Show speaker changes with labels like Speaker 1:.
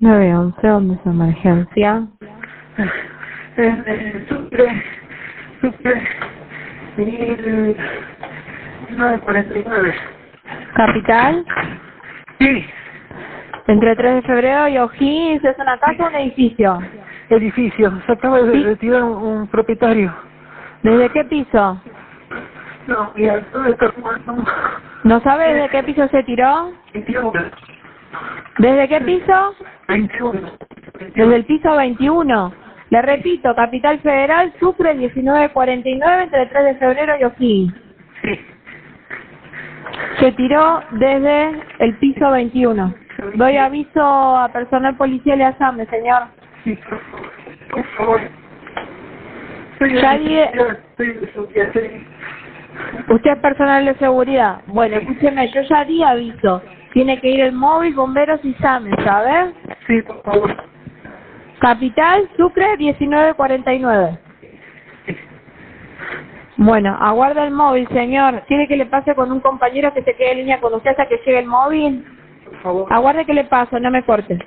Speaker 1: 911, ¿dónde es emergencia?
Speaker 2: Eh, Sucre, Sucre, mil 949.
Speaker 1: Capital,
Speaker 2: Sí,
Speaker 1: entre 3 de febrero y O'Higgins, ¿es una casa o un edificio?
Speaker 2: edificio, se acaba de
Speaker 1: Sí.
Speaker 2: retirar un, un propietario.
Speaker 1: ¿Desde qué piso?
Speaker 2: No, mira, todo está jugando.
Speaker 1: ¿No sabe desde qué piso se tiró?
Speaker 2: 21,
Speaker 1: ¿Desde qué piso?
Speaker 2: 21.
Speaker 1: Desde el piso 21. Le repito, Capital Federal, Sucre 1949, entre 3 de febrero y O'Higgins.
Speaker 2: Sí,
Speaker 1: Se tiró desde el piso 21. Doy aviso a personal policial y asamble, señor.
Speaker 2: sí, por favor. Soy de
Speaker 1: Ya di-
Speaker 2: seguridad, soy de seguridad, sí.
Speaker 1: Usted es personal de seguridad. Bueno, escúcheme, yo ya di aviso. Tiene que ir el móvil, bomberos y SAME, ¿sabes?
Speaker 2: Sí, por favor.
Speaker 1: Capital, Sucre, 1949. Bueno, aguarda el móvil, señor. ¿Tiene que le pase con un compañero que se quede en línea con usted hasta que llegue el móvil?
Speaker 2: Por favor.
Speaker 1: Aguarde que le paso, no me corte.